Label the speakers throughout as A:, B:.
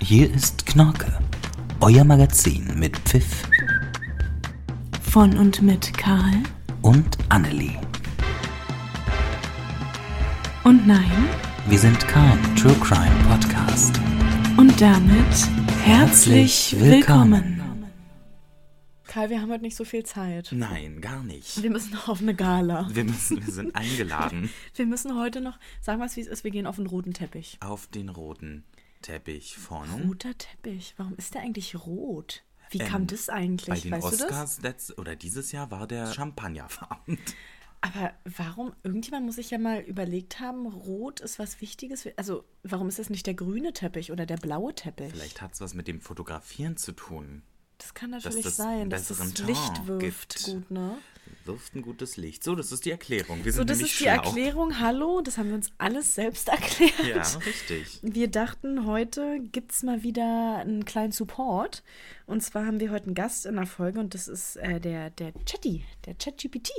A: Hier ist Knorke, euer Magazin mit Pfiff
B: Von und mit Karl
A: und Annelie.
B: und Nein
A: Wir sind kein True Crime Podcast.
B: und damit herzlich willkommen.
C: Karl, wir haben heute nicht so viel Zeit.
A: Nein, gar nicht.
C: Wir müssen noch auf eine Gala.
A: Wir, müssen, wir sind eingeladen
C: Wir müssen heute noch, sagen wir es wie es ist, wir gehen auf den roten Teppich.
A: auf den roten Teppich von
C: Roter Teppich. Warum ist der eigentlich rot? Wie
A: Hm? Ähm,
C: kam das eigentlich?
A: bei den
C: weißt du das?
A: Oscars letzt, oder dieses Jahr war der Champagnerabend.
C: Aber warum? Irgendjemand muss sich ja mal überlegt haben, rot ist was Wichtiges. für- Also, warum ist das nicht der grüne Teppich oder der blaue Teppich?
A: Vielleicht hat es was mit dem Fotografieren zu tun.
C: das kann natürlich
A: das
C: sein, dass
A: besseren
C: das
A: Ton
C: Licht wirft.
A: gibt.
C: Gut, ne?
A: Wirft ein gutes Licht. So, das ist die Erklärung. Wir sind
C: So, das
A: nämlich
C: ist die
A: schlau.
C: Erklärung. Hallo, das haben wir uns alles selbst erklärt.
A: Ja, richtig.
C: Wir dachten, heute gibt es mal wieder einen kleinen Support. Und zwar haben wir heute einen Gast in der Folge und das ist äh, der, der Chatty, der ChatGPT.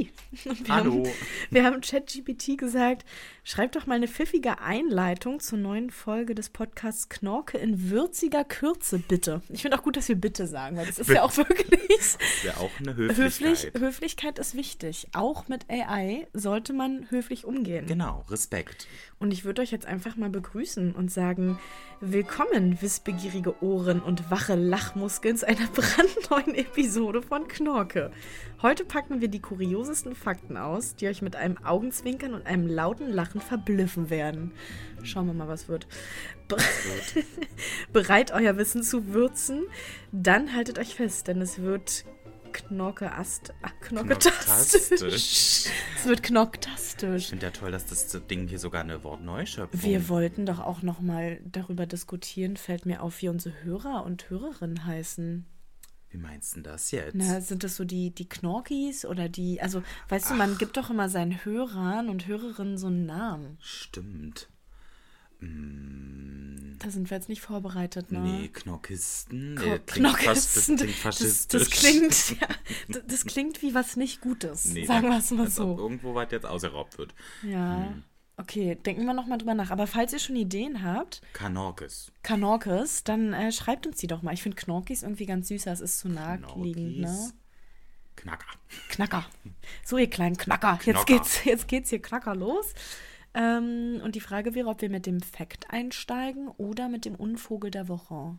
C: Und Wir
A: Hallo.
C: Haben, wir haben ChatGPT gesagt, schreib doch mal eine pfiffige Einleitung zur neuen Folge des Podcasts Knorke in würziger Kürze, bitte. Ich finde auch gut, dass wir bitte sagen, weil das ist ja auch wirklich.
A: Wäre auch eine
C: Höflich,
A: Höflichkeit.
C: Höflichkeit ist wichtig. Auch mit AI sollte man höflich umgehen.
A: Genau, Respekt.
C: Und ich würde euch jetzt einfach mal begrüßen und sagen, willkommen, wissbegierige Ohren und wache Lachmuskeln zu einer brandneuen Episode von Knorke. Heute packen wir die kuriosesten Fakten aus, die euch mit einem Augenzwinkern und einem lauten Lachen verblüffen werden. Schauen wir mal, was wird. Be Bereit, euer Wissen zu würzen? Dann haltet euch fest, denn es wird Knorke-ast... ah, Knorke-tastisch.
A: Knopftastisch.
C: es wird Knorktastisch.
A: Ich finde ja toll, dass das Ding hier sogar eine Wortneuschöpfung
C: Wir wollten doch auch noch mal darüber diskutieren, fällt mir auf, wie unsere Hörer und Hörerinnen heißen.
A: Wie meinst du das jetzt?
C: Na, sind das so die, die Knorkis oder die, also, weißt du, man gibt doch immer seinen Hörern und Hörerinnen so einen Namen.
A: Stimmt.
C: Da sind wir jetzt nicht vorbereitet, ne?
A: Nee, Knorkisten.
C: Ko-
A: Nee, klingt fast-
C: Knorkisten,
A: Das klingt
C: das,
A: faschistisch.
C: das klingt, ja, d- das klingt wie was nicht Gutes,
A: Nee, Also, oh.
C: sagen wir
A: da-
C: es mal
A: als ob
C: so.
A: Irgendwo weit jetzt ausgeraubt wird.
C: Ja,
A: Hm.
C: okay, denken wir noch mal drüber nach. Aber falls ihr schon Ideen habt,
A: Kanorkes.
C: Knorkes, dann äh, schreibt uns die doch mal. Ich finde Knorkis irgendwie ganz süßer, es ist zu naheliegend, ne?
A: Knorkis. Knacker.
C: Knacker. So, ihr kleinen Knacker.
A: Knacker.
C: Jetzt geht's, jetzt geht's hier Knacker los. Ähm, und die Frage wäre, ob wir mit dem Fact einsteigen oder mit dem Unvogel der Woche.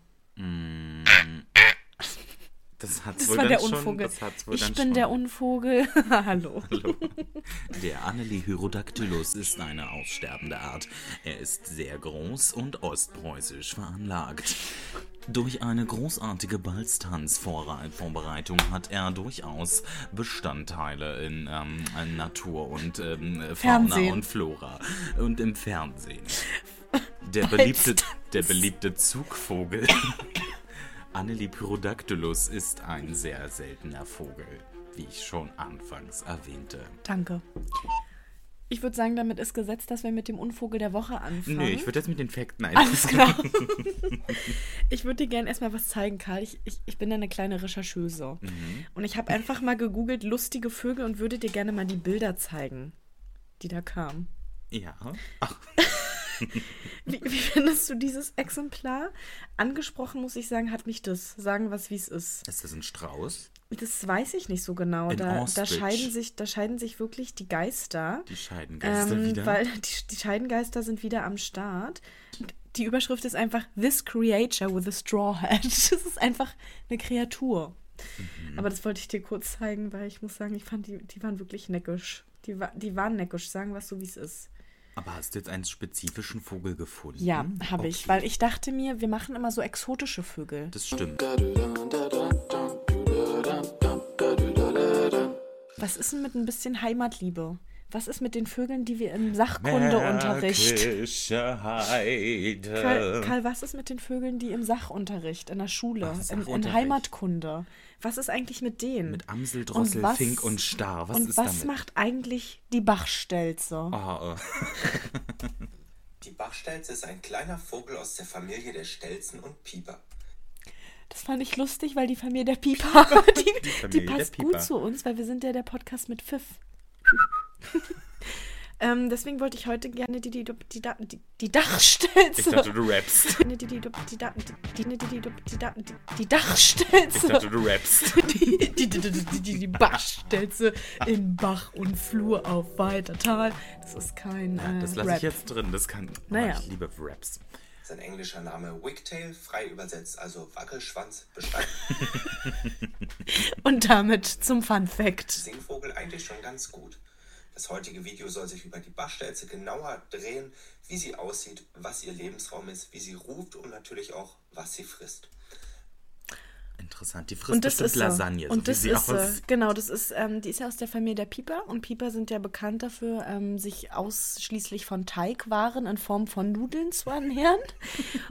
A: Das hat's
C: Das
A: wohl
C: war
A: dann
C: der
A: schon.
C: Unvogel.
A: Das hat's wohl
C: ich
A: dann
C: bin
A: schon.
C: der Unvogel. Hallo.
A: Hallo. Der Annelie Hydrodactylus ist eine aussterbende Art. Er ist sehr groß und ostpreußisch veranlagt. Durch eine großartige Balztanzvorbereitung hat er durchaus Bestandteile in, ähm, in Natur und ähm, Fauna
C: Fernsehen.
A: und Flora und im Fernsehen. Der beliebte, der beliebte Zugvogel. Annelie Pyrodactylus ist ein sehr seltener Vogel, wie ich schon anfangs erwähnte.
C: Danke. Ich würde sagen, damit ist gesetzt, dass wir mit dem Unvogel der Woche anfangen.
A: Nö, ich würde jetzt mit den Fakten
C: Alles
A: einsteigen.
C: klar. ich würde dir gerne erstmal was zeigen, Karl. Ich, ich, ich bin ja eine kleine Rechercheuse. Und ich habe einfach mal gegoogelt, lustige Vögel und würde dir gerne mal die Bilder zeigen, die da kamen.
A: Ja. Ach,
C: Wie, wie findest du dieses Exemplar? Angesprochen, muss ich sagen, hat mich das. Sagen was, wie es ist.
A: ist das ein Strauß?
C: Das weiß ich nicht so genau.
A: Ein
C: Da, da,
A: Ostrich.
C: scheiden sich, da scheiden sich wirklich die Geister.
A: Die Scheidengeister
C: Ähm,
A: wieder.
C: weil die, die Scheidengeister sind wieder am Start. Die Überschrift ist einfach This Creature with a Straw Hat. Das ist einfach eine Kreatur.
A: Mhm.
C: Aber das wollte ich dir kurz zeigen, weil ich muss sagen, ich fand, die, die waren wirklich neckisch. Die, wa die waren neckisch, sagen wir es so, wie es ist.
A: Aber hast du jetzt einen spezifischen Vogel gefunden?
C: Ja, habe ich,
A: Okay,
C: weil ich dachte mir, wir machen immer so exotische Vögel.
A: Das stimmt.
C: Was ist denn mit ein bisschen Heimatliebe? Was ist mit den Vögeln, die wir im Sachkundeunterricht?
A: Märkische Heide.
C: Karl, Karl, was ist mit den Vögeln, die im Sachunterricht, in der Schule,
A: Äh. Ach,
C: in, in
A: Sachunterricht.
C: Heimatkunde? Was ist eigentlich mit denen?
A: Mit Amsel, Drossel,
C: Und was-
A: Fink und Star. Was
C: und
A: ist
C: was
A: damit?
C: macht eigentlich die Bachstelze?
A: Ah, äh,
D: Die Bachstelze ist ein kleiner Vogel aus der Familie der Stelzen und Pieper.
C: Das fand ich lustig, weil die Familie der Pieper, die, die,
A: Familie der
C: passt
A: Pieper.
C: gut zu uns, weil wir sind ja der Podcast mit Pfiff. Ähm, deswegen wollte ich heute gerne die, die, die, die, die, die
A: Ich
C: Dachstelze.
A: dachte, du rappst.
C: Gerne die, die, die, die, die, die, die, die, die, die, die Dachstelze.
A: Ich dachte, du rappst.
C: die, die, die, die, die, die, die Bachstelze in Bach und Flur auf weiter Tal. Das ist kein äh,
A: Das lasse
C: Rap.
A: ich jetzt drin. Das kann. oh,
C: Naja.
A: Ich liebe Raps.
D: Sein englischer Name Wigtail, frei übersetzt also Wackelschwanz, beschreibt
C: Und damit zum Fun Fact.
D: Singvogel eigentlich schon ganz gut. Das heutige Video soll sich über die Bachstelze genauer drehen, wie sie aussieht, was ihr Lebensraum ist, wie sie ruft und natürlich auch, was sie frisst.
A: Interessant. Die frisst
C: Und das
A: bestimmt
C: ist sie.
A: Lasagne, so
C: Und das
A: wie sie
C: ist sie.
A: aussieht.
C: Genau, das ist, ähm, die ist ja aus der Familie der Piper. Und Piper sind ja bekannt dafür, ähm, sich ausschließlich von Teigwaren in Form von Nudeln zu ernähren.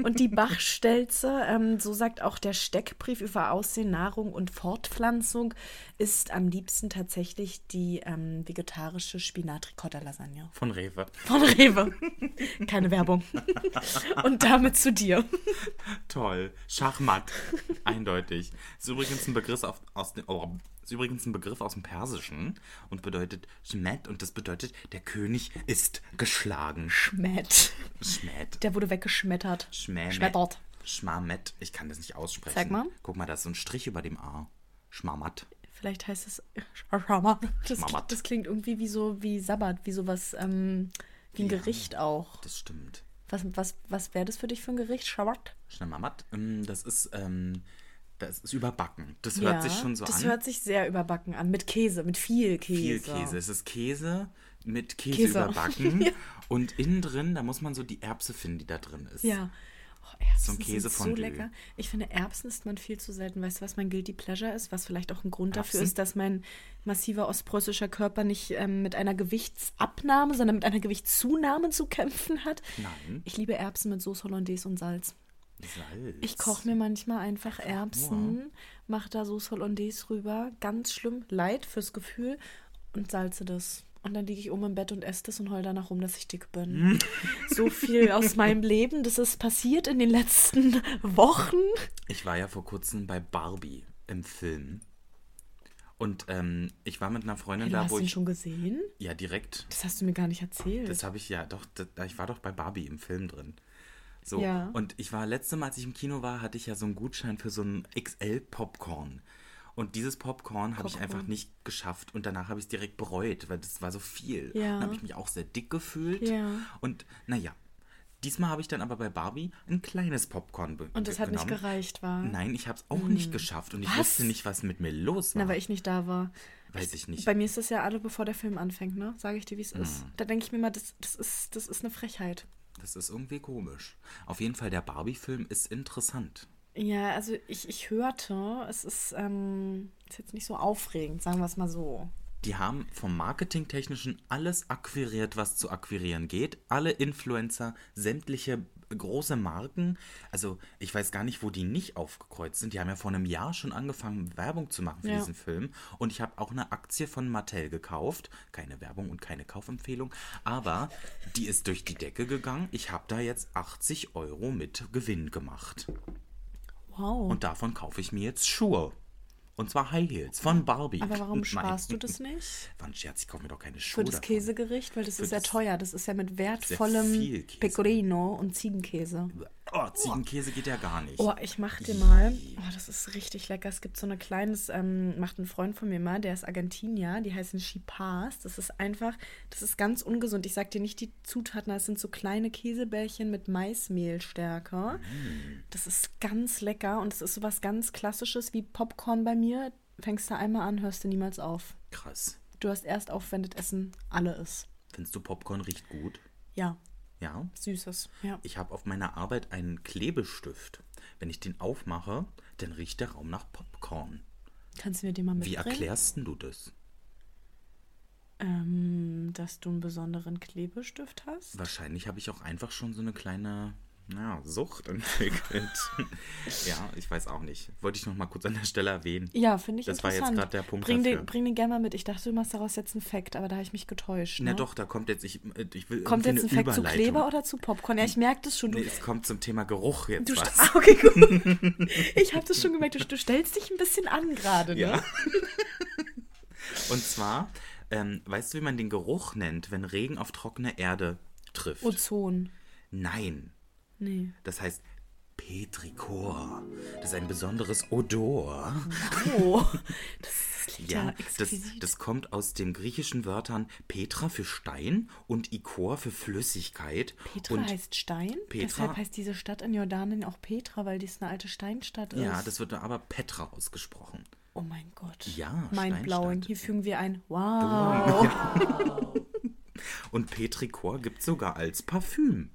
C: und die Bachstelze, ähm, so sagt auch der Steckbrief über Aussehen, Nahrung und Fortpflanzung, ist am liebsten tatsächlich die ähm, vegetarische Spinat-Ricotta-Lasagne.
A: Von Rewe.
C: Von Rewe. Keine Werbung. und damit zu dir.
A: Toll. Schachmatt. Eindeutig. Ist übrigens ein Begriff auf, aus dem. Oh, ist übrigens ein Begriff aus dem Persischen und bedeutet Schmet und das bedeutet, der König ist geschlagen.
C: Matt.
A: Schmet.
C: Der wurde weggeschmettert.
A: Schmämet.
C: Schmettert.
A: Schmamet. Ich kann das nicht aussprechen.
C: Sag mal.
A: Guck mal, da ist so ein Strich über dem A. Schmamat.
C: Vielleicht heißt es Shawarma. Das,
A: Schmamat.
C: das klingt irgendwie wie so wie Sabbat, wie sowas, ähm, wie ein Gericht auch.
A: Das stimmt.
C: Was, was, was wäre das für dich für ein Gericht? Shabat?
A: Schmamat. ähm, Das ist, ähm, das ist überbacken. Das hört sich schon so
C: das
A: an.
C: Das hört sich sehr überbacken an. Mit Käse, mit viel Käse.
A: viel Käse. Es ist Käse mit Käse,
C: Käse.
A: überbacken. Und innen drin, da muss man so die Erbse finden, die da drin ist.
C: Ja. Oh, Erbsen
A: So ein
C: sind so
A: Käsefondue.
C: lecker. Ich finde, Erbsen isst man viel zu selten. Weißt du, was mein Guilty Pleasure ist? Was vielleicht auch ein Grund dafür
A: Erbsen?
C: ist, dass mein massiver ostpreußischer Körper nicht ähm, mit einer Gewichtsabnahme, sondern mit einer Gewichtszunahme zu kämpfen hat.
A: Nein.
C: Ich liebe Erbsen mit Soße Hollandaise und Salz.
A: Salz.
C: Ich koche mir manchmal einfach Erbsen, mache da Soße Hollandaise rüber, ganz schlimm, leid fürs Gefühl und salze das. Und dann liege ich oben im Bett und esse das und heul danach rum, dass ich dick
A: Mm.
C: bin. so viel aus meinem Leben, das ist passiert in den letzten Wochen.
A: Ich war ja vor kurzem bei Barbie im Film. Und ähm, ich war mit einer Freundin
C: Du
A: da,
C: hast
A: wo
C: ihn
A: ich.
C: schon gesehen?
A: Ja, direkt.
C: Das hast du mir gar nicht erzählt.
A: Das habe ich ja doch, da- ich war doch bei Barbie im Film drin. So.
C: Ja.
A: Und ich war letzte Mal, als ich im Kino war, hatte ich ja so einen Gutschein für so ein XL-Popcorn. Und dieses Popcorn habe ich
C: Popcorn.
A: einfach nicht geschafft und danach habe ich es direkt bereut, weil das war so viel.
C: Ja.
A: Dann habe ich mich auch sehr dick gefühlt.
C: Ja.
A: Und naja, diesmal habe ich dann aber bei Barbie ein kleines Popcorn be-
C: und das hat nicht
A: genommen.
C: gereicht, war.
A: Nein, ich habe es auch nicht geschafft und ich
C: Was?
A: wusste nicht, was mit mir los war.
C: Na, weil ich nicht da war.
A: Weiß ich nicht. Hm.
C: Bei mir ist das ja alle, bevor der Film anfängt, ne? Sage ich dir, wie es ist. Da denke ich mir mal, das, das, ist, das ist eine Frechheit.
A: Das ist irgendwie komisch. Auf jeden Fall, der Barbie-Film ist interessant.
C: Ja, also ich, ich hörte, es ist, ähm, ist jetzt nicht so aufregend, sagen wir es mal so.
A: Die haben vom Marketingtechnischen alles akquiriert, was zu akquirieren geht. Alle Influencer, sämtliche große Marken. Also ich weiß gar nicht, wo die nicht aufgekreuzt sind. Die haben ja vor einem Jahr schon angefangen, Werbung zu machen für
C: Ja.
A: diesen Film. Und ich habe auch eine Aktie von Mattel gekauft. Keine Werbung und keine Kaufempfehlung. Aber die ist durch die Decke gegangen. Ich habe da jetzt 80 Euro mit Gewinn gemacht.
C: Wow.
A: Und davon kaufe ich mir jetzt Schuhe. Und zwar High Heels von Barbie.
C: Aber warum
A: Nein.
C: sparst du das nicht?
A: War ein Scherz, ich kaufe mir doch keine Schuhe.
C: Für das
A: davon.
C: Käsegericht, weil das ist ja
A: das-
C: teuer. Das ist ja mit
A: sehr
C: wertvollem
A: viel Käse.
C: Pecorino und Ziegenkäse.
A: Oh, Ziegenkäse geht ja gar nicht.
C: Oh, ich mach dir mal. Oh, das ist richtig lecker. Es gibt so eine kleines, ähm, macht ein Freund von mir mal, der ist Argentinier, die heißen Chipas. Das ist einfach, das ist ganz ungesund. Ich sag dir nicht die Zutaten, das sind so kleine Käsebällchen mit Maismehlstärke.
A: Mm.
C: Das ist ganz lecker und es ist sowas ganz klassisches wie Popcorn bei mir. Fängst du einmal an, hörst du niemals auf.
A: Krass.
C: Du hast erst auf, wenn das Essen alle ist.
A: Findest du Popcorn riecht gut?
C: Ja,
A: Ja.
C: süßes. Ja.
A: Ich habe auf meiner Arbeit einen Klebestift. Wenn ich den aufmache, dann riecht der Raum nach Popcorn.
C: Kannst du mir den mal
A: Wie
C: mitbringen?
A: erklärst denn du das?
C: Ähm, dass du einen besonderen Klebestift hast?
A: Wahrscheinlich habe ich auch einfach schon so eine kleine ja, Sucht entwickelt. ja, ich weiß auch nicht. Wollte ich noch mal kurz an der Stelle erwähnen.
C: Ja, finde ich
A: Das war jetzt
C: interessant.
A: grad der Punkt
C: Bring
A: dafür.
C: den, bring den gerne mal mit. Ich dachte, du machst daraus jetzt einen Fact, aber da habe ich mich getäuscht.
A: Na
C: ne?
A: doch, da kommt jetzt, ich, äh, ich will
C: Kommt
A: irgendwie
C: jetzt ein
A: eine
C: Fact zu
A: Überleitung.
C: Kleber oder zu Popcorn? Ja, ich merke das schon. Du,
A: Nee, es kommt zum Thema Geruch jetzt
C: du
A: was.
C: st- Ah, okay, gut. Ich habe das schon Ne? gemerkt. Du, du stellst dich ein bisschen an gerade. Ne?
A: Ja. Und zwar Ähm, weißt du, wie man den Geruch nennt, wenn Regen auf trockene Erde trifft?
C: Ozon.
A: Nein,
C: Nee.
A: das heißt Petrichor. Das ist ein besonderes Odor.
C: Oh, das klingt ja,
A: Ja, das,
C: exquisit.
A: das kommt aus den griechischen Wörtern Petra für Stein und Ikor für Flüssigkeit.
C: Petra
A: und
C: heißt Stein.
A: Petra-
C: Deshalb heißt diese Stadt in Jordanien auch Petra, weil dies eine alte Steinstadt ist.
A: Ja, das wird aber Petra ausgesprochen.
C: oh mein Gott.
A: Ja,
C: Mein Blauen.
A: Steinstadt.
C: Hier fügen wir ein Wow.
A: Und Petrichor gibt es sogar als Parfüm.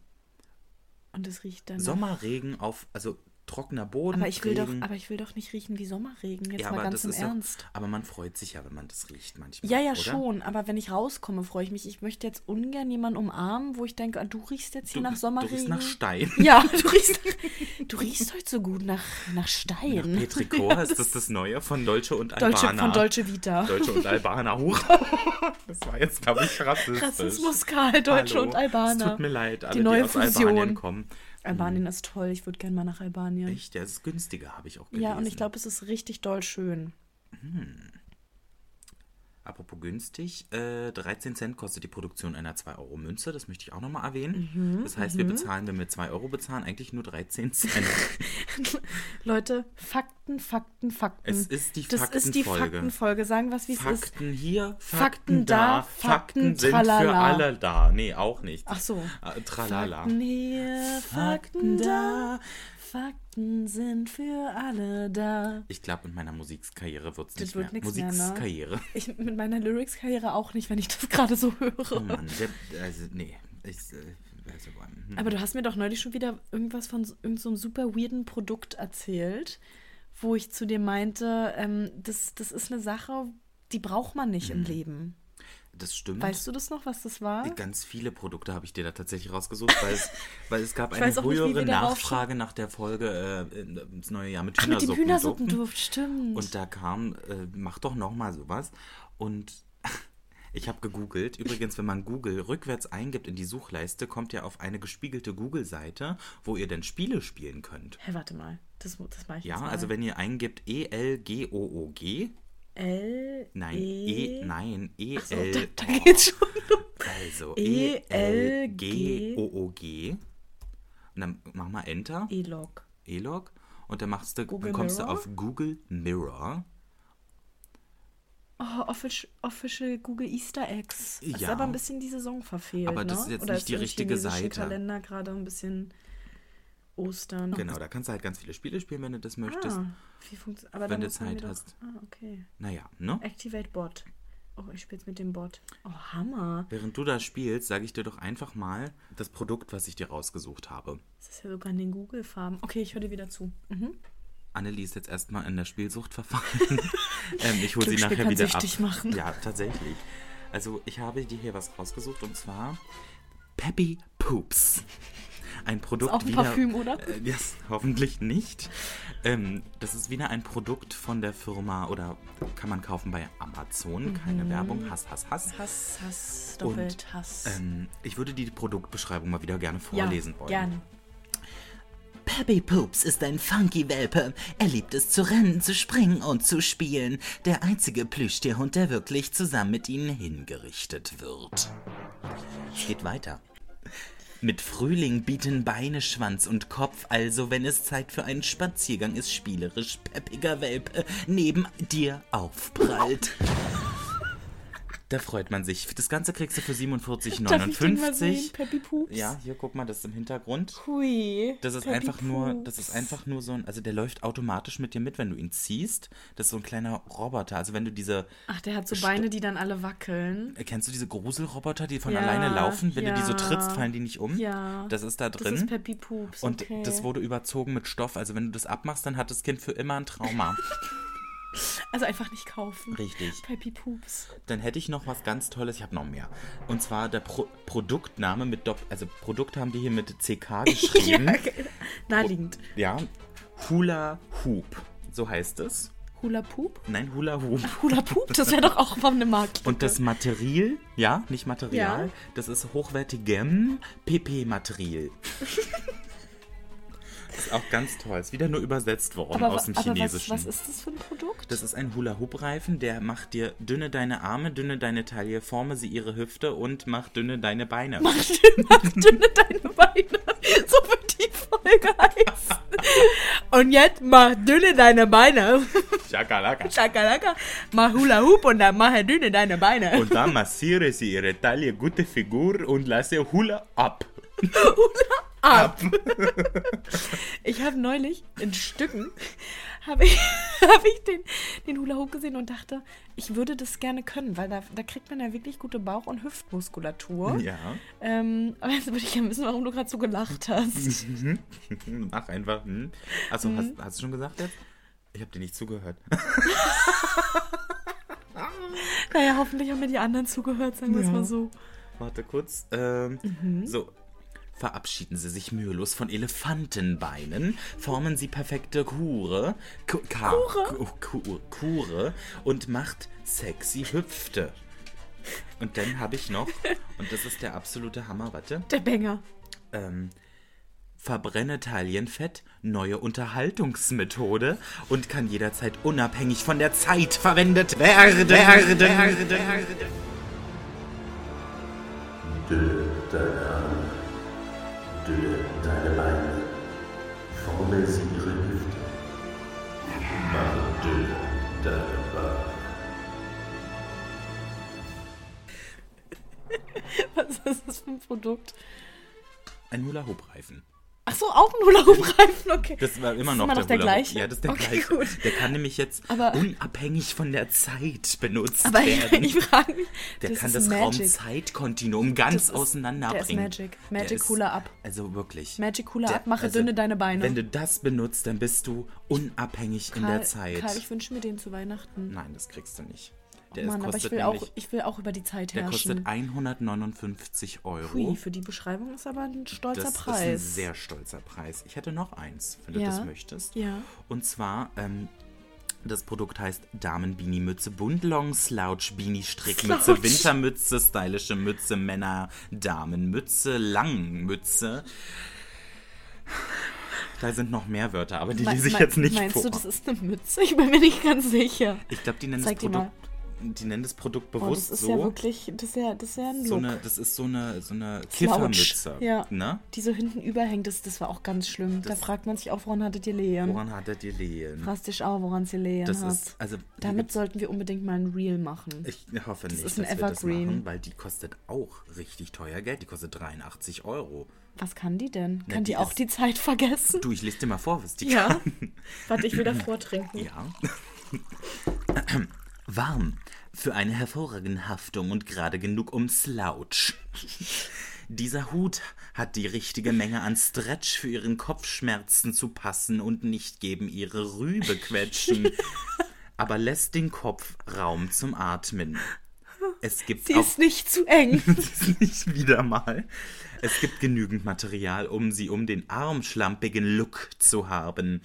C: Und es riecht dann.
A: Sommerregen auf, also trockener Boden.
C: aber ich, will doch,
A: Regen.
C: aber ich will doch nicht riechen wie Sommerregen. Jetzt
A: ja,
C: mal
A: aber
C: ganz
A: das
C: im
A: ist ja-
C: Ernst.
A: aber man freut sich ja, wenn man das riecht manchmal.
C: Ja, ja,
A: oder?
C: schon. Aber wenn ich rauskomme, freue ich mich. Ich möchte jetzt ungern jemanden umarmen, wo ich denke, ah, du riechst jetzt hier
A: Du,
C: nach Sommerregen.
A: Du riechst nach Stein.
C: Ja, du riechst, du riechst heute so gut nach, nach Stein.
A: Petrichor ist das das Neue von Dolce und
C: Deutsche,
A: Albaner.
C: von Dolce Vita.
A: Deutsche und Albaner. Huch. Das war jetzt, glaube ich, rassistisch.
C: Rassismuskal, Deutsche
A: Hallo.
C: und Albaner.
A: Es tut mir leid, alle,
C: die neue
A: die aus
C: Fusion.
A: Albanien kommen.
C: Albanien ist toll, ich würde gerne mal nach Albanien.
A: Ich, der ist günstiger, habe ich auch gelesen.
C: ja, und ich glaube, es ist richtig doll schön.
A: Apropos günstig, äh, 13 Cent kostet die Produktion einer 2-Euro-Münze, das möchte ich auch nochmal
C: Mhm,
A: erwähnen. das heißt, wir bezahlen, wenn wir 2 Euro bezahlen, eigentlich nur 13 Cent.
C: Leute, Fakten, Fakten, Fakten.
A: Es ist die
C: das ist die
A: Faktenfolge.
C: Faktenfolge. Sagen wir es, wie es ist.
A: Fakten hier, Fakten,
C: Fakten
A: da,
C: da,
A: Fakten
C: Fakten
A: sind für
C: tralala.
A: alle da. Nee, auch nicht.
C: Ach so.
A: Äh, tralala.
C: Fakten hier, Fakten da. Fakten sind für alle da.
A: Ich glaube, in meiner Musikkarriere wird's
C: Das
A: nicht
C: wird
A: mehr.
C: nix mehr, ne?
A: Musikkarriere.
C: Ich mit meiner Lyrics-Karriere auch nicht, wenn ich das gerade so höre.
A: Oh Mann, der, also, nee. Ich, äh, also, hm.
C: Aber du hast mir doch neulich schon wieder irgendwas von so- irgendeinem so einem super weirden Produkt erzählt, wo ich zu dir meinte, ähm, das, das ist eine Sache, die braucht man nicht
A: Hm.
C: im Leben.
A: Das stimmt.
C: Weißt du das noch, was das war?
A: Ganz viele Produkte habe ich dir da tatsächlich rausgesucht, weil es, weil es gab eine
C: weiß auch nicht, wie
A: höhere
C: wir darauf
A: Nachfrage nach der Folge äh, ins neue Jahr mit
C: Ach, mit dem
A: Hühnersuppen.
C: Hühnersuppenduft, stimmt.
A: Und da kam, äh, mach doch nochmal sowas. Und ich habe gegoogelt. Übrigens, wenn man Google rückwärts eingibt in die Suchleiste, kommt ihr auf eine gespiegelte Google-Seite, wo ihr dann Spiele spielen könnt.
C: Hä, warte mal. Das, mu- das mache ich
A: Ja,
C: jetzt mal.
A: also wenn ihr eingibt E-L-G-O-O-G,
C: L.
A: nein,
C: E.
A: E, nein,
C: So, da,
A: E-L,
C: da geht's schon um.
A: also E
C: E, L, G.
A: E-L-G-O-O-G. Und dann mach mal Enter.
C: E-Log.
A: E-Log und dann machst du,
C: Google
A: dann kommst
C: Mirror?
A: du auf Google Mirror.
C: Oh, offic- Official Google Easter Eggs. Das ist
A: Ja.
C: aber ein bisschen die Saison verfehlt.
A: Aber das
C: ne?
A: ist jetzt
C: Oder
A: nicht die
C: im
A: richtige
C: chinesischen
A: Seite.
C: Kalender gerade ein bisschen Ostern.
A: Genau, da kannst du halt ganz viele Spiele spielen, wenn du das möchtest.
C: Ah, wie funktio- aber
A: wenn
C: dann
A: du
C: muss man
A: Zeit
C: mir doch-
A: hast.
C: Ah, okay.
A: Naja, ne?
C: Activate Bot. Oh, ich spiel's mit dem Bot. Oh, Hammer.
A: Während du da spielst, sage ich dir doch einfach mal das Produkt, was ich dir rausgesucht habe.
C: Das ist ja sogar in den Google-Farben. Okay, ich höre dir wieder zu. Mhm.
A: Annelie ist jetzt erstmal in der Spielsucht verfallen. ähm, ich hole sie
C: Glücksspiel
A: nachher
C: kann
A: wieder ab.
C: süchtig machen.
A: Ja, tatsächlich. Also, ich habe dir hier was rausgesucht und zwar Peppy Poops. Ein Produkt
C: auch ein
A: wieder,
C: Parfüm, oder?
A: Äh, yes, hoffentlich nicht. Ähm, das ist wieder ein Produkt von der Firma oder kann man kaufen bei Amazon. Keine Werbung. Hass, Hass, Hass.
C: Mhm. Hass, Hass, doppelt Hass.
A: Ähm, ich würde die Produktbeschreibung mal wieder gerne vorlesen wollen.
C: Gerne.
E: Peppy Poops ist ein funky Welpe. Er liebt es zu rennen, zu springen und zu spielen. Der einzige Plüschtierhund, der wirklich zusammen mit ihnen hingerichtet wird.
A: Es geht weiter.
E: Mit Frühling bieten Beine, Schwanz und Kopf, also wenn es Zeit für einen Spaziergang ist, spielerisch peppiger Welpe neben dir aufprallt.
A: Da freut man sich. Das Ganze kriegst du für
C: Darf ich den mal
A: 47,59.
C: sehen? Peppy Poops?
A: Ja, hier guck mal, das ist im Hintergrund.
C: Hui.
A: Das ist
C: Peppy
A: einfach nur, das
C: Poops.
A: ist einfach nur so ein, also der läuft automatisch mit dir mit, wenn du ihn ziehst. Das ist so ein kleiner Roboter. Also wenn du diese,
C: Ach, der hat so Beine, die dann alle wackeln.
A: kennst du diese Gruselroboter, die von
C: Ja,
A: alleine laufen? Wenn du die so
C: ja.
A: trittst, fallen die nicht um.
C: Ja.
A: Das ist da drin.
C: Das ist Peppy Poops.
A: und
C: okay.
A: das wurde überzogen mit Stoff. Also wenn du das abmachst, dann hat das Kind für immer ein Trauma.
C: also einfach nicht kaufen.
A: Richtig.
C: Peppy Poops.
A: Dann hätte ich noch was ganz Tolles. Ich habe noch mehr. Und zwar der Pro Produktname mit Dopp Also Produkt haben die hier mit CK geschrieben.
C: Naheliegend.
A: ja. Hula Hoop. So heißt es.
C: Hula Poop?
A: Nein, Hula Hoop.
C: Hula Poop? Das wäre doch auch mal eine Marke.
A: Und das Material, ja, nicht Material,
C: Ja.
A: das ist hochwertigem PP-Material. Ist auch ganz toll. Ist wieder nur übersetzt worden
F: Aber, wa-
A: aus dem
F: aber was,
A: Chinesischen.
F: was ist das für ein Produkt?
A: das ist ein Hula-Hoop-Reifen, der macht dir dünne deine Arme, dünne deine Taille, forme sie ihre Hüfte und mach dünne deine Beine.
F: Mach dünne deine Beine. So wird die Folge heißen.
C: Und jetzt mach dünne deine Beine.
A: Schakalaka.
C: Schakalaka. Mach Hula Hoop und dann mach dünne deine Beine.
A: Und dann massiere sie ihre Taille, gute Figur und lasse Hula ab.
C: Ah. Ich habe neulich in Stücken habe ich, hab ich den, den Hula Hoop gesehen und dachte, ich würde das gerne können, weil da, da kriegt man ja wirklich gute Bauch- und Hüftmuskulatur.
A: Ja.
C: Ähm, aber jetzt würde ich gerne wissen, warum du gerade so gelacht hast.
A: Mach einfach. Hm. Also, hast,
F: Mhm.
A: hast du schon gesagt jetzt? Ich habe dir nicht zugehört.
C: Naja, hoffentlich haben mir die anderen zugehört, sagen wir es mal so.
A: Warte kurz. Ähm, So. Verabschieden Sie sich mühelos von Elefantenbeinen, formen Sie perfekte Kure, Ku- Ka- Ku- Ku- Kure und macht sexy Hüpfte. Und dann habe ich noch, und das ist der absolute Hammer, warte,
C: Der Banger.
A: ähm, verbrenne Talienfett, neue Unterhaltungsmethode und kann jederzeit unabhängig von der Zeit verwendet werden. werden, werden, werden.
G: Dünne deine Beine, forme sie ihre Hüfte. Mach dünne deine Beine.
C: Was ist das für ein Produkt?
A: Ein Hula-Hoop-Reifen.
C: Achso, auch ein Hula Hoop Reifen, okay.
A: Das war immer
C: Ist
A: noch,
C: immer noch der
A: Hula Hoop.
C: gleiche?
A: Ja, das ist der
C: Okay,
A: gleiche.
C: gut.
A: Der kann nämlich jetzt
C: Aber-
A: unabhängig von der Zeit benutzt
C: Aber ich,
A: werden.
C: ich frage mich,
A: der
C: das
A: kann
C: ist
A: das
C: Magic.
A: Raum-Zeit-Kontinuum ganz
C: ist-
A: auseinanderbringen.
C: der ist Magic. Magic
A: Der ist-
C: Hula ab.
A: Also wirklich.
C: Magic Hula
A: Der-
C: ab, mache
A: also,
C: dünne deine Beine.
A: Wenn du das benutzt, dann bist du unabhängig in der Zeit.
C: Karl, ich wünsche mir den zu Weihnachten.
A: Nein, das kriegst du nicht. Der
C: Mann, aber
A: kostet
C: ich will,
A: nämlich,
C: auch, ich will auch über die Zeit
A: der
C: herrschen.
A: kostet 159 Euro.
C: Hui, für die Beschreibung ist aber ein stolzer
A: das
C: Preis.
A: ist ein sehr stolzer Preis. Ich hätte noch eins, wenn du
C: Ja.
A: das möchtest.
C: Ja.
A: Und zwar, ähm, das Produkt heißt Damenbeanie-Mütze, Bundlong, Slouch, Beanie-Strickmütze,
C: Slouch.
A: Wintermütze, stylische Mütze, Männer, Damenmütze, Langmütze. Da sind noch mehr Wörter, aber die
C: Me-
A: lese ich
C: me-
A: jetzt nicht
C: Meinst
A: vor.
C: du, das ist eine Mütze? Ich bin mir nicht ganz sicher.
A: ich glaube, die nennen das
C: Zeig die mal.
A: Produkt. Die nennen das Produkt
C: Boah, das
A: bewusst
C: ist
A: so.
C: ja wirklich, das ist ja, das ist ja ein Look.
A: so eine, das ist so eine, so eine
C: Slouch.
A: Kiffermütze.
C: Ja.
A: Ne?
C: Die so hinten überhängt, das, das war auch ganz schlimm. da
A: Das-
C: fragt man sich auch, woran hattet ihr Lehen?
A: Woran hat er die Lehen?
C: Fragst dich auch, woran sie Lehen
A: Das
C: hat.
A: ist, also, die
C: Damit
A: gibt's-
C: sollten wir unbedingt mal ein Reel machen.
A: Ich hoffe nicht,
C: ist ein
A: dass wir das
C: Evergreen.
A: machen, weil die kostet auch richtig teuer Geld. Die kostet 83 Euro.
C: Was kann die denn? Kann die,
A: die
C: auch
A: ist-
C: die Zeit vergessen?
A: Du, ich lese dir mal vor, was die
C: Ja.
A: kann.
C: Warte, ich will davor trinken.
A: Ja. Warm. Für eine hervorragende Haftung und gerade genug um Slouch. Dieser Hut hat die richtige Menge an Stretch für ihren Kopfschmerzen zu passen und nicht geben ihre Rübe quetschen, aber lässt den Kopf Raum zum Atmen. Es gibt
C: Sie
A: auch
C: ist nicht zu eng.
A: nicht wieder mal. Es gibt genügend Material, um sie um den armschlampigen Look zu haben,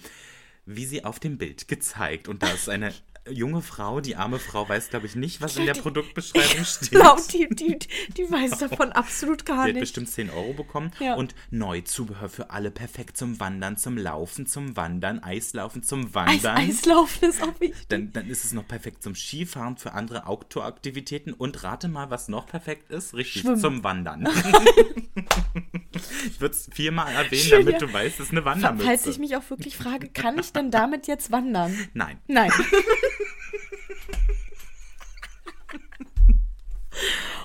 A: wie sie auf dem Bild gezeigt. Und da ist eine junge Frau, die arme Frau weiß, glaube ich, nicht, was in der
C: Die-
A: Produktbeschreibung
C: Ich
A: steht.
C: glaub, die, die, die weiß davon absolut gar
A: Sie hat
C: nicht.
A: bestimmt 10 Euro bekommen.
C: Ja.
A: Und neu Zubehör für alle. Perfekt zum Wandern, zum Laufen, zum Wandern, Eislaufen, zum
C: Eis,
A: Wandern.
C: Eislaufen ist auch wichtig.
A: Dann, dann ist es noch perfekt zum Skifahren, für andere Outdoor-Aktivitäten und rate mal, was noch perfekt ist. Richtig, zum Wandern. ich würde es viermal erwähnen,
C: Schön,
A: damit
C: ja.
A: du weißt, es ist eine
C: Fa- Falls
A: Wandermütze.
C: ich mich auch wirklich frage, kann ich denn damit jetzt wandern?
A: Nein.
C: Nein.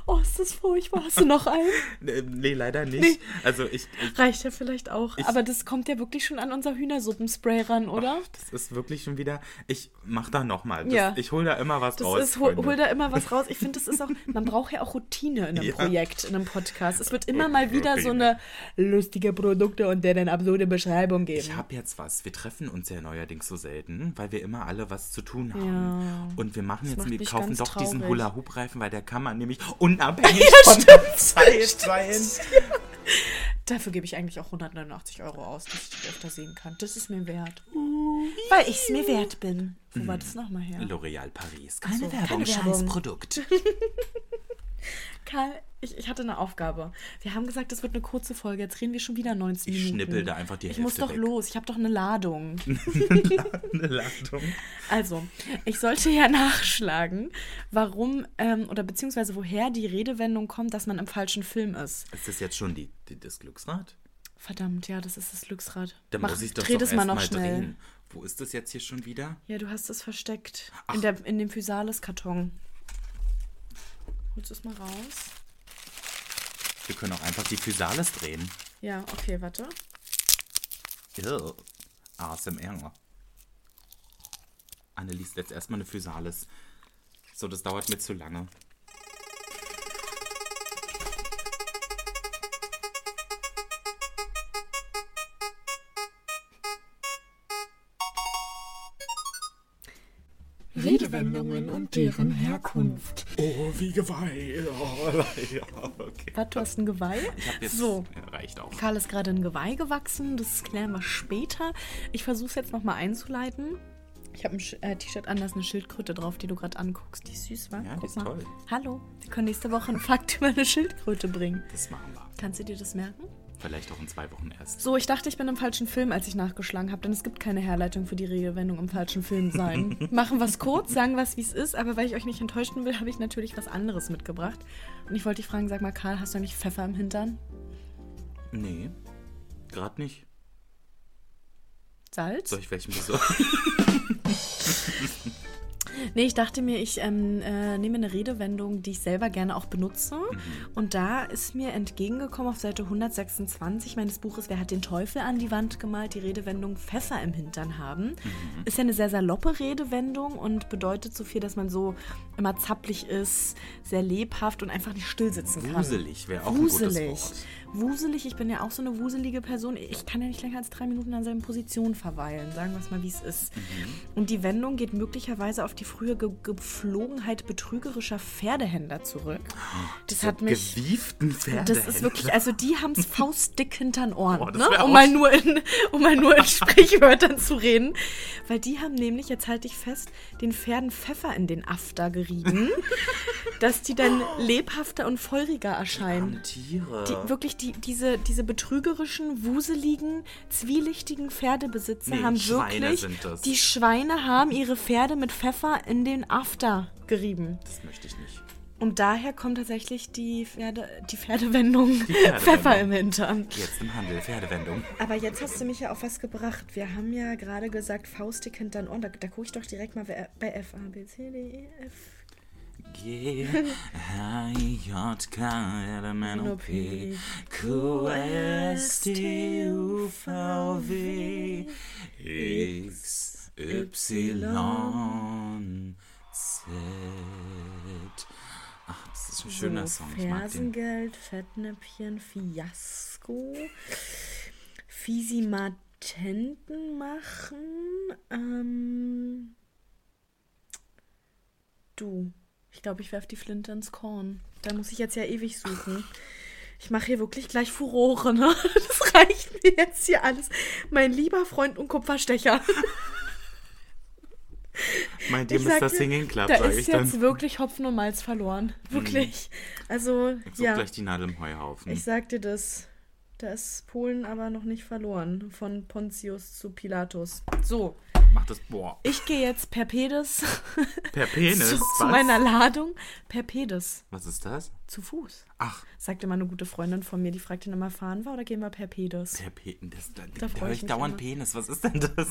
C: oh, ist das furchtbar. Hast du noch einen?
A: Äh, Nee, leider nicht. Also ich, ich,
C: Reicht ja vielleicht auch. Aber das kommt ja wirklich schon an unser Hühnersuppenspray ran, oder?
A: das ist wirklich schon wieder, ich mach da nochmal.
C: Ja.
A: Ich hole da immer was
C: Das
A: raus.
C: ist, hol, hol
A: Freunde.
C: da immer was raus. Ich finde, das ist auch, man braucht ja auch Routine in einem
A: Ja.
C: Projekt, in einem Podcast. Es wird immer mal wieder so eine
A: Routine.
C: lustige Produkte und deren absurde Beschreibung geben.
A: Ich habe jetzt was. Wir treffen uns ja neuerdings so selten, weil wir immer alle was zu tun haben. Und wir machen
C: macht
A: jetzt, wir
C: mich
A: kaufen
C: ganz
A: doch diesen
C: traurig.
A: Hula-Hoop-Reifen, weil der kann man nämlich unabhängig von der Zeit sein.
C: Dafür gebe ich eigentlich auch 189 Euro aus, dass ich die öfter sehen kann. Das ist mir wert. Weil ich es mir wert bin. Wo
A: Hm.
C: war das nochmal her?
A: L'Oréal Paris. Keine
C: so,
A: Werbung,
C: keine Werbung.
A: scheiß Produkt.
C: Karl, Ich, ich hatte eine Aufgabe. Wir haben gesagt, es wird eine kurze Folge. Jetzt reden wir schon wieder 19
A: Ich
C: Minuten.
A: schnippel da einfach die
C: Ich muss
A: Hälfte
C: doch
A: weg.
C: los. Ich habe doch eine Ladung.
A: Eine Landung.
C: Also, ich sollte ja nachschlagen, warum ähm, oder beziehungsweise woher die Redewendung kommt, dass man im falschen Film ist.
A: Ist das jetzt schon die, die, das Glücksrad?
C: Verdammt, ja, das ist das Glücksrad.
A: Dann
C: Mach-
A: muss ich das
C: dreh
A: doch
C: das
A: erst
C: mal
A: mal
C: noch schnell.
A: drehen. Wo ist das jetzt hier schon wieder?
C: Ja, du hast es versteckt. In, der, in dem Physalis-Karton. Holst du es mal raus?
A: Wir können auch einfach die Physalis drehen.
C: Ja, okay, warte.
A: Ew. ASMR. Anne liest jetzt erstmal eine Physalis. So, das dauert mir zu lange.
H: Redewendungen und deren Herkunft.
A: Oh, wie Geweih. ja, okay.
C: Warte, du hast ein Geweih?
A: Ich hab jetzt.
C: So.
A: Ja, Reicht auch.
C: Karl ist gerade ein Geweih gewachsen, das klären wir später. Ich versuche es jetzt nochmal einzuleiten. Ich habe ein Sch- äh, T-Shirt an, da ist eine Schildkröte drauf, die du gerade anguckst. Die ist süß, wa?
A: Ja, die
C: Guck
A: ist
C: mal.
A: toll.
C: Hallo, wir können nächste Woche einen Fakt über eine Schildkröte bringen.
A: Das machen wir.
C: Kannst du dir das merken?
A: Vielleicht auch in zwei Wochen erst.
C: So, ich dachte, ich bin im falschen Film, als ich nachgeschlagen habe, denn es gibt keine Herleitung für die Redewendung im falschen Film sein. Machen was kurz, sagen was, wie es ist, aber weil ich euch nicht enttäuschen will, habe ich natürlich was anderes mitgebracht. Und ich wollte dich fragen, sag mal, Karl, hast du eigentlich Pfeffer im Hintern?
A: Nee. Gerade nicht.
C: Salz?
A: Soll ich welchen besorgen?
C: Nee, ich dachte mir, ich ähm, äh, nehme eine Redewendung, die ich selber gerne auch benutze.
A: Mhm.
C: Und da ist mir entgegengekommen auf Seite 126 meines Buches, wer hat den Teufel an die Wand gemalt, die Redewendung Pfeffer im Hintern haben.
A: Mhm.
C: Ist ja eine sehr saloppe Redewendung und bedeutet so viel, dass man so immer zappelig ist, sehr lebhaft und einfach nicht still sitzen kann.
A: Wuselig wäre auch ein gutes
C: Wuselig.
A: Wort.
C: Wuselig, ich bin ja auch so eine wuselige Person. Ich kann ja nicht länger als drei Minuten an seiner Position verweilen, sagen wir es mal, wie es ist.
A: Mhm.
C: Und die Wendung geht möglicherweise auf die frühe Ge Gepflogenheit betrügerischer Pferdehändler zurück. Das hat mich.
A: Gewieften Pferdehändler.
C: Das ist wirklich, also die haben es faustdick hintern Ohren,
A: Boah, das
C: ne?
A: wär
C: um,
A: auch-
C: mal nur in, um mal nur in Sprichwörtern zu reden. Weil die haben nämlich, jetzt halte ich fest, den Pferden Pfeffer in den After gerieben, dass die dann lebhafter und feuriger erscheinen.
A: Tiere.
C: Die, wirklich die, diese, diese betrügerischen, wuseligen, zwielichtigen Pferdebesitzer
A: Nee,
C: haben
A: Schweine
C: wirklich.
A: sind das.
C: Die Schweine haben ihre Pferde mit Pfeffer in den After gerieben.
A: das möchte ich nicht.
C: Und daher kommt tatsächlich die, Pferde, die Pferdewendung
A: Pferdewendung.
C: Pfeffer im Hintern.
A: Jetzt im Handel, Pferdewendung.
C: Aber jetzt hast du mich ja auf was gebracht. Wir haben ja gerade gesagt, faustdick hintern Ohren. Da, da gucke ich doch direkt mal wer- bei F, A, B, C, D, E, F.
A: G, H, J, K, L, M, N, O, P, Q, S, T, U, V, W, X, Y, Z. Ach, das ist ein schöner
C: So,
A: Song. Ich mag den.
C: Fersengeld, Fettnäpfchen, Fiasko, Fisimatenten machen. Ähm, du, ich glaube, ich werf die Flinte ins Korn. Da muss ich jetzt ja ewig suchen. Ich mache hier wirklich gleich Furore, ne? Das reicht mir jetzt hier alles. Mein lieber Freund und Kupferstecher.
A: Mein dem
C: Ich
A: ist
C: sag
A: das
C: dir,
A: Singing Club,
C: Da
A: sag
C: ist
A: ich dann. Mhm.
C: jetzt
A: Ich
C: wirklich Hopfen und Malz verloren. Wirklich. Also,
A: such
C: ja.
A: gleich die Nadel im Heuhaufen.
C: Ich sag dir das. Da ist Polen aber noch nicht verloren. Von Pontius zu Pilatus. So,
A: Mach das, boah,
C: ich gehe jetzt per Pedes
A: per Penis.
C: zu,
A: was?
C: zu meiner Ladung. Per Pedes.
A: was ist das?
C: Zu Fuß.
A: Ach,
C: Sagte mal eine gute Freundin von mir, die fragte immer, fahren wir oder gehen wir per Pedes?
A: per Penis. Das, da
C: Da
A: da,
C: freu
A: höre
C: ich
A: ich
C: mich
A: dauernd
C: immer.
A: Penis. Was ist denn das?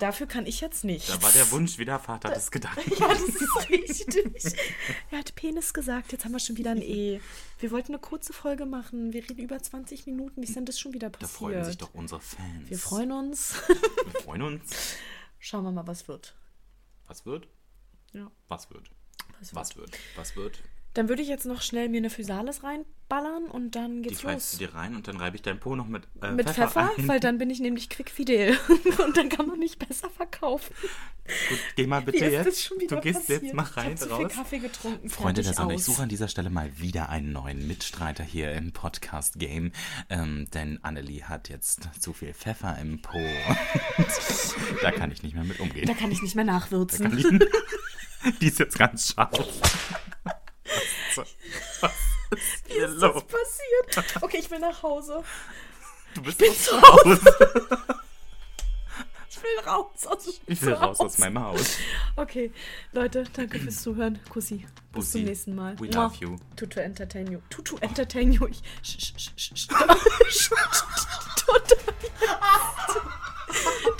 C: Dafür kann ich jetzt nicht.
A: Da war der Wunsch wieder Vater des Gedanken.
C: Ja, das ist richtig. er hat Penis gesagt, jetzt haben wir schon wieder ein E. Wir wollten eine kurze Folge machen. Wir reden über 20 Minuten. Wie ist denn das schon wieder
A: Da
C: passiert?
A: freuen sich doch unsere Fans.
C: Wir freuen uns.
A: Wir freuen uns.
C: Schauen wir mal, was wird.
A: Was wird?
C: Ja.
A: Was wird? Was wird? Was wird?
C: Dann würde ich jetzt noch schnell mir eine Physalis reinballern und dann
A: Die
C: geht's
A: schreibst du
C: los.
A: dir rein und dann reibe ich dein Po noch mit, äh,
C: Mit Pfeffer,
A: ein.
C: weil dann bin ich nämlich quickfidel und dann kann man mich besser verkaufen.
A: Gut, geh mal
C: Wie
A: bitte
C: ist das
A: jetzt.
C: schon wieder
A: du gehst
C: passiert?
A: jetzt mal rein
C: ich hab zu viel
A: raus.
C: Kaffee getrunken.
A: Freunde der
C: fertig
A: Sonne, ich
C: aus.
A: suche an dieser Stelle mal wieder einen neuen Mitstreiter hier im Podcast-Game, ähm, denn Annelie hat jetzt zu viel Pfeffer im Po. da kann ich nicht mehr mit umgehen.
C: Da kann ich nicht mehr nachwürzen.
A: Die ist jetzt ganz scharf. Was, was ist
C: Wie ist das passiert? Okay, ich will nach Hause.
A: Du bist
C: bin
A: doch
C: zu Ich will raus aus dem
A: Ich will raus aus meinem Haus.
C: Okay, Leute, danke fürs Zuhören. Kussi. Bis
A: Bussi.
C: zum nächsten Mal.
A: We
C: Mua.
A: love you.
C: Tutu entertain you. Tutu entertain you. Ich. sch- sch- sch- sch- stopp. Tutu.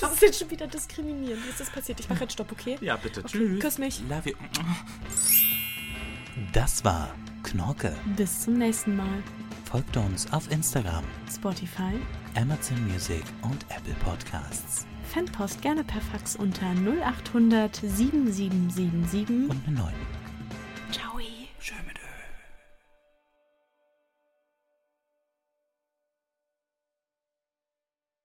C: Das ist jetzt schon wieder diskriminierend. Wie ist das passiert? Ich mache jetzt Stopp, okay?
A: Ja, bitte.
C: Okay,
A: Tschüss.
C: küss mich.
A: Love you.
E: Das war Knorke.
B: Bis zum nächsten Mal.
E: Folgt uns auf Instagram,
B: Spotify.
E: Amazon Music und Apple Podcasts.
B: Fanpost gerne per Fax unter 0800 7777.
E: Und eine 9.